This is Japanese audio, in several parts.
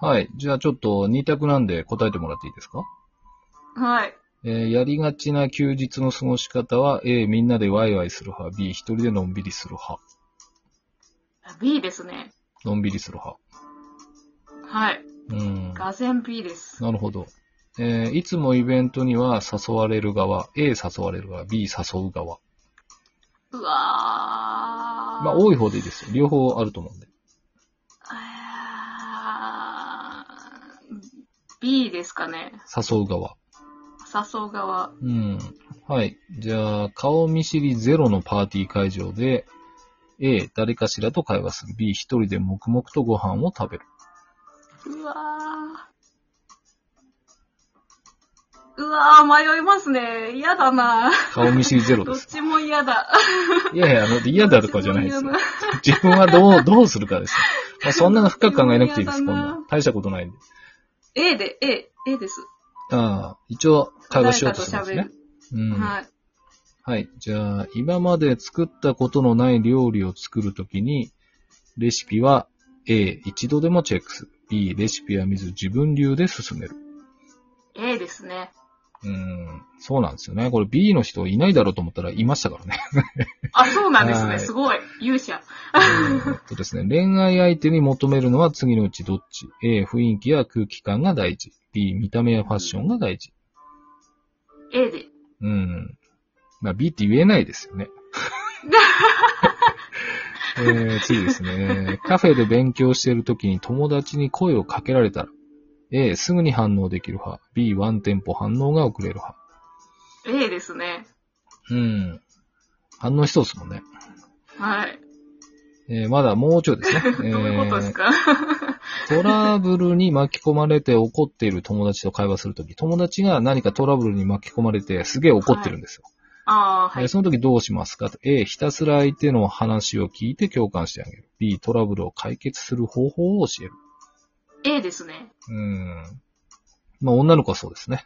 はい。じゃあちょっと2択なんで答えてもらっていいですかはい。えーやりがちな休日の過ごし方は A、みんなでワイワイする派、B、一人でのんびりする派。 B ですね。のんびりする派。はい。うん。がぜん B です。なるほど。えーいつもイベントには誘われる側、A 誘われる側、B 誘う側。うわー。ままあ、多い方でいいですよ。両方あると思うんで。 B ですかね。誘う側。誘う側。うん。はい。じゃあ、顔見知りゼロのパーティー会場で、A、誰かしらと会話する。B、一人で黙々とご飯を食べる。うわー。うわー、迷いますね。嫌だな。顔見知りゼロでどっす。ちも嫌だ。いやいや、あの、嫌だとかじゃないですよどっちも。嫌だ自分はどう、どうするか ですよ。まあ、そんなの深く考えなくていいです、こ嫌んだななん。大したことないんで。 A で、A、A です。ああ、一応、会話しようとしてます誰ねか。うん。と喋る。はい。はい。じゃあ、今まで作ったことのない料理を作るときに、レシピは A、一度でもチェックする。B、レシピは見ず自分流で進める。 A ですね。うん。そうなんですよね。これ B の人いないだろうと思ったらいましたからね。あ、そうなんですはいね。すごい。勇者。えっとですね、恋愛相手に求めるのは次のうちどっち ?A、雰囲気や空気感が大事。B、見た目やファッションが大事。 A で。うん。まあ、B って言えないですよね。えー、次ですね。カフェで勉強している時に友達に声をかけられたら、A、すぐに反応できる派、B、ワンテンポ反応が遅れる派。 A ですね。うん。反応しそうですもんね。はい。えー、まだもうちょいですね。えどういうことですー、か、 トラブルに巻き込まれて怒っている友達と会話するとき、友達が何かトラブルに巻き込まれてすげえ怒ってるんですよ。ああ、はえーい。その時どうしますかと ?A、ひたすら相手の話を聞いて共感してあげる。B、トラブルを解決する方法を教える。 A ですね。うーん。まあ、女の子はそうですね。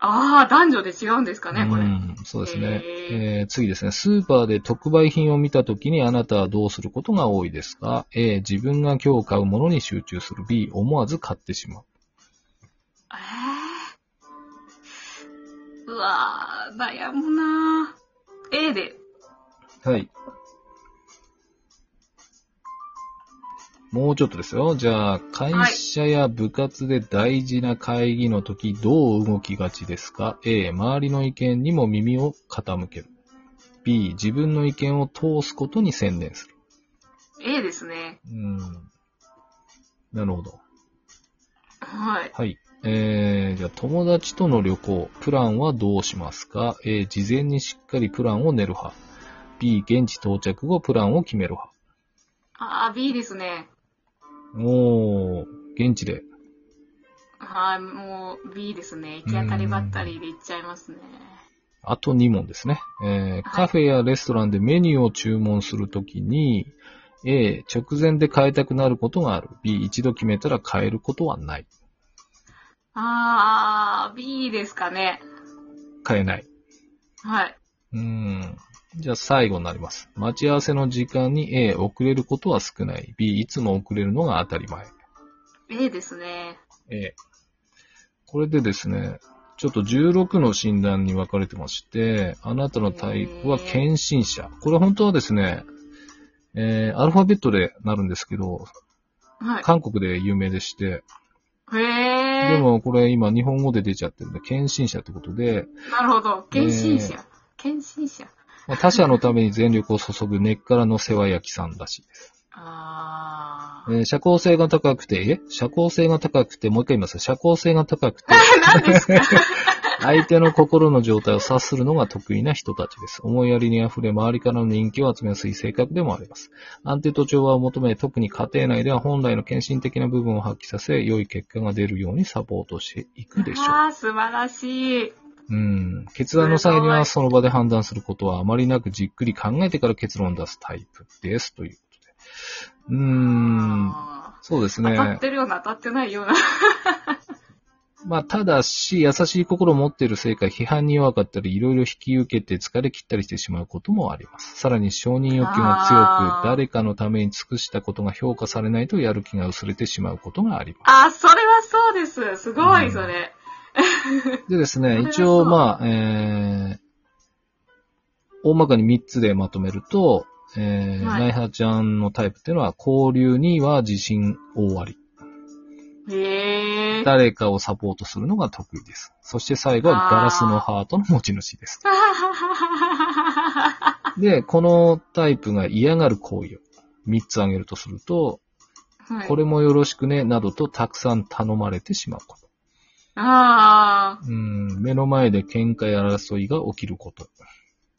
ああ、男女で違うんですかね、これ。うん、そうですね。へえー次ですね。スーパーで特売品を見た時にあなたはどうすることが多いですか ?A、自分が今日買うものに集中する。B、思わず買ってしまう。えー、うわー、悩むなー。A で。はい。もうちょっとですよ。じゃあ、会社や部活で大事な会議の時、どう動きがちですか ?A、周りの意見にも耳を傾ける。B、自分の意見を通すことに専念する。 A ですね。うん。なるほど。はい。はい。えー、じゃあ、友達との旅行、プランはどうしますか ?A、事前にしっかりプランを練る派。B、現地到着後、プランを決める派。ああ、B ですね。おー、現地で。はい、もう B ですね。行き当たりばったりで行っちゃいますね。あと2問ですね。えー、カフェやレストランでメニューを注文するときに、A、直前で変えたくなることがある。B、一度決めたら変えることはない。ああ、B ですかね。変えない。はい。うーん。じゃあ最後になります。待ち合わせの時間に A、遅れることは少ない。B、いつも遅れるのが当たり前。 A ですね。 A。これでですね、ちょっと16の診断に分かれてまして、あなたのタイプは献身者。これ本当はですね、えー、アルファベットでなるんですけど、はい。韓国で有名でして、へえ。でもこれ今日本語で出ちゃってるんで、献身者ってことで、なるほど。献身者。え献身者。まあ他者のために全力を注ぐ根っからの世話焼きさんらしいです。あえー社交性が高くて、え社交性が高くて、もう一回言いますよ。社交性が高くて、あ。何ですか相手の心の状態を察するのが得意な人たちです。思いやりに溢れ、周りからの人気を集めやすい性格でもあります。安定と調和を求め、特に家庭内では本来の献身的な部分を発揮させ、良い結果が出るようにサポートしていくでしょああ、素晴らしい。う。うん。決断の際にすごはいその場で判断することはあまりなくじっくり考えてから結論を出すタイプです。ということで。うーん。あそうですー当たねっ。てるような当たってないような。まあ、ただし、優しい心を持っているせいか、批判に弱かったり、いろいろ引き受けて疲れ切ったりしてしまうこともあります。さらに承認欲求も強あく、ー誰かのために尽くしたことが評価されないとやる気が薄れてしまうことがありまあ、それはそうです。すごうんい、それ。す。でですね、それは一応、そうまあ、えー、大まかに3つでまとめると、えー、はいナイハちゃんのタイプっていうのは、交流には自信大あり。へえー。誰かをサポートするのが得意です。そして最後はガラスのハートの持ち主です。で、このタイプが嫌がる行為を3つ挙げるとすると、はいこれもよろしくね、などとたくさん頼まれてしまうこと。あうん、目の前で喧嘩や争いが起きること。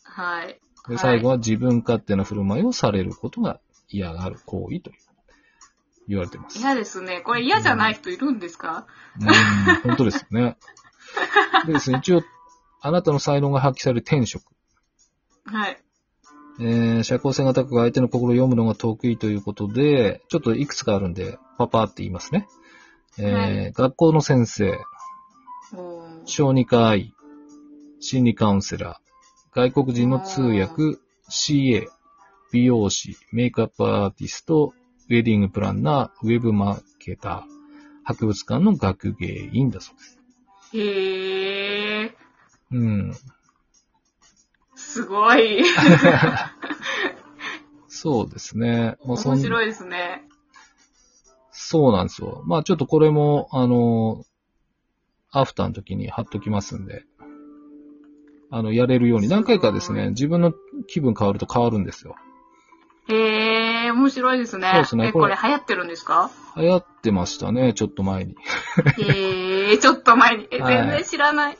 あ、はい。で、はい最後は自分勝手な振る舞いをされることが嫌がる行為という言われてます。嫌ですね。これ嫌じゃない人いるんですか、うん、本当ですね。でですね、一応、あなたの才能が発揮される転職。はい。えー社交性が高く相手の心を読むのが得意ということで、ちょっといくつかあるんで、パパって言いますね。えーは学校の先生、おー小児科医、心理カウンセラー、外国人の通訳、CA、美容師、メイクアップアーティスト、ウェディングプランナー、ウェブマーケター、博物館の学芸員だそうです。へえー。うん。すごい。そうですね。まあそん面白いですね。そうなんですよ。まあちょっとこれも、あの、アフターの時に貼っときますんで、あの、やれるように、何回かですすごね、い自分の気分変わると変わるんですよ。へえー、面白いですね。そうですねえ、ここれれ流行ってるんですか流行ってましたね、ちょっと前に。へえー、ちょっと前に。え、はい全然知らない。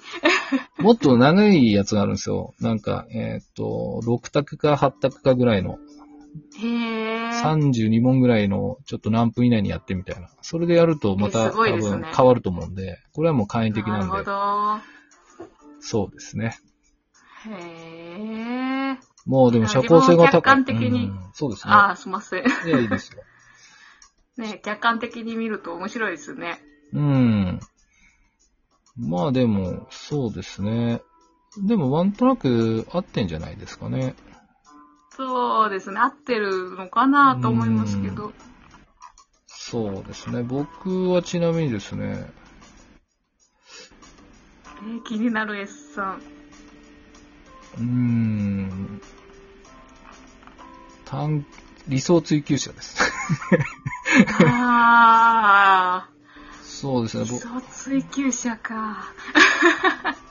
もっと長いやつがあるんですよ。なんか、えーっと、6択か8択かぐらいの、へえー。 32問ぐらいの、ちょっと何分以内にやってみたいな。それでやるとまた、えすごい多ですね分変わると思うんで、これはもう簡易的ななるんほで、ど。そうですね。へえ。もうでもあ社交性が高い。自分を客観的にうんそうですね。ああ、すいません。 いや、いいですよ。ね、客観的に見ると面白いですね。うん。まあでも、そうですね。でも、ワントラック合ってんじゃないですかね。そうですね。合ってるのかなと思いますけど。そうですね。僕はちなみにですね、えー気になる S さ ん。うーん、単、理想追求者です。 ああ、そうですね。理ぼ想追求者か。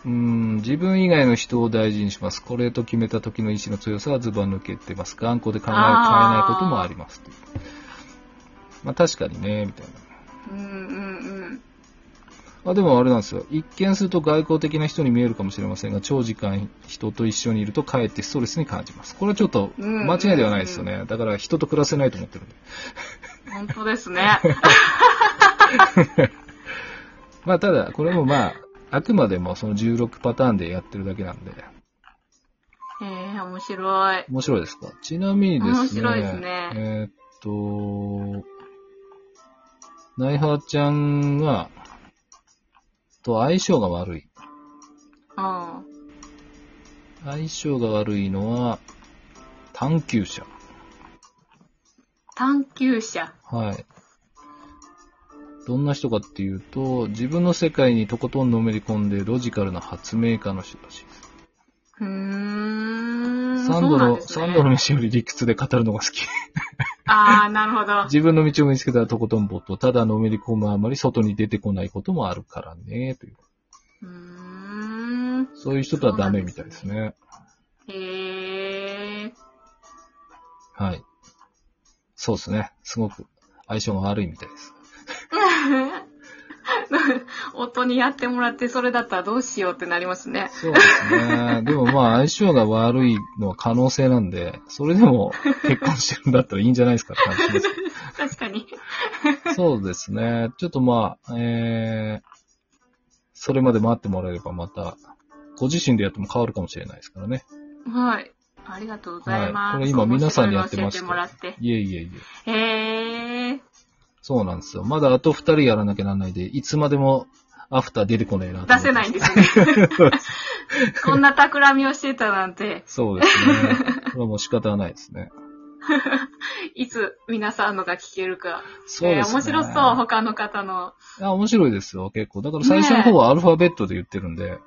うん、自分以外の人を大事にします。これと決めた時の意志の強さはズバ抜けてます。頑固で考えを変えないこともあります。まあ確かにね、みたいな。うんうんまあでもあれなんですよ。一見すると外交的な人に見えるかもしれませんが、長時間人と一緒にいるとかえってストレスに感じます。これはちょっとうん間違いではないですよね。だから人と暮らせないと思ってるんで。うん。本当で すね。まあただ、これもまあ、あくまでもその16パターンでやってるだけなんで、えー、面白い。面白いですかちなみにですね、面白いですねえーっと、ナイハーちゃんが、と相性が悪い。うん。相性が悪いのは、探求者。探求者。はい。どんな人かっていうと、自分の世界にとことんのめり込んで、ロジカルな発明家の人たちです。うーん。三そ度うなんの、です三ね度の飯より理屈で語るのが好 き。ああ、なる ほど。自分の道を見つけたらとことん没頭。ただのめり込むあまり外に出てこないこともあるからね、という。うーん。そういう人とはダメみたいですね。へえー。 はい。そうですね。すごく相性が悪いみたいです。夫にやってもらって、それだったらどうしようってなりますね。そうですね。 でもまあ相性が悪いのは可能性なんで、それでも結婚してるんだったらいいんじゃないですかって感じします確かに。そうですね。ちょっとまあ、えー、それまで待ってもらえればまた、ご自身でやっても変わるかもしれないですからね。はい。ありがとうございまはす。いこれ今皆さんにやってました面白いの教えてもいえいえいえ。らって。へえー。そうなんですよ。まだあと二人やらなきゃならないで、いつまでもアフター出てこねえなと思出ってせないんですね。 こんな企みをしてたなんて、そうですね。これはもう仕方ないですね。いつ皆さんのが聞けるか。そうですね。えー面白そう、他の方の。あ、面白いですよ、結構。だから最初の方はアルファベットで言ってるんで、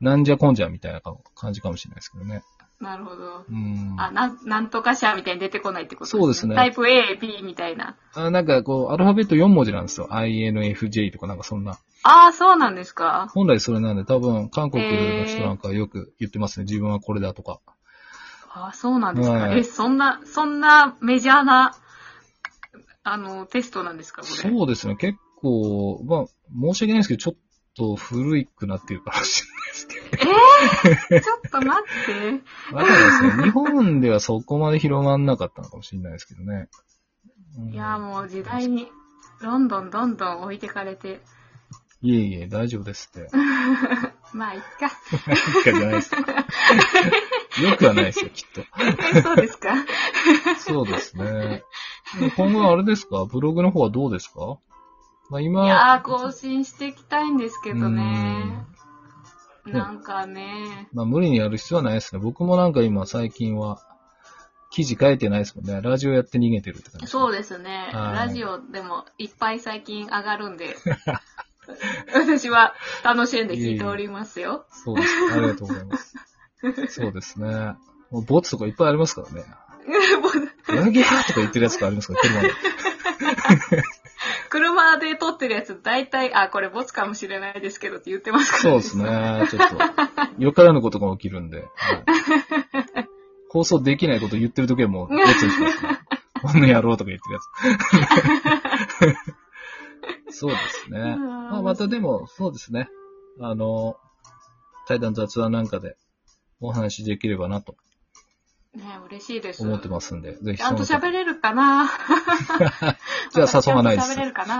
なんじゃこんじゃみたいなか感じかもしれないですけどね。なるほど。うん。あ、なん、なんとか社みたいに出てこないってことですね。そうですねタイプ A、B みたいな。あなんかこう、アルファベット4文字なんですよ。INFJ とかなんかそんな。ああ、そうなんですか。本来それなんで、多分韓国の人なんかよく言ってますね。自分はこれだとか。ああ、そうなんですか。はいえ、そんな、そんなメジャーな、あの、テストなんですか、これ。そうですね。結構、まあ、申し訳ないですけど、ちょっと古いくなってるかもしれないですけど。ちょっと待って。わかんない ですね。日本ではそこまで広まんなかったのかもしれないですけどね。うんいや、もう時代に、どんどんどんどん置いてかれて。いえいえ、大丈夫ですって。まあ、いっ か。一回じゃないですか。よくはないですよ、きっと。えそうですか。そうですね。今後はあれですかブログの方はどうですかまあ今、いやー、更新していきたいんですけどね。うんなんかね、まあ無理にやる必要はないですね。僕もなんか今最近は記事書いてないですもんね。ラジオやって逃げてるって感じ。そうですね。はいラジオでもいっぱい最近上がる んで、私は楽しんで聞いておりますよ。そうです。ありがとうござい ます。そうですね。もうボツとかいっぱいありますからね。 裏切りかとか言ってるやつとかありますから、車で。車で撮ってるやつ、大体、あ、これボツかもしれないですけどって言ってますからそうですね。ちょっと、よからぬことが起きるんで。はい放送できないこと言ってる時はもう、ボツにします ね。この野郎とか言ってるやつ。そう ですね。まあ、またでも、そうですね。あの、対談雑談なんかでお話しできればなとね嬉しいです。思ってますんで、ぜひちゃんとの時喋れるかな じゃあ誘わないですちゃんと喋れるかな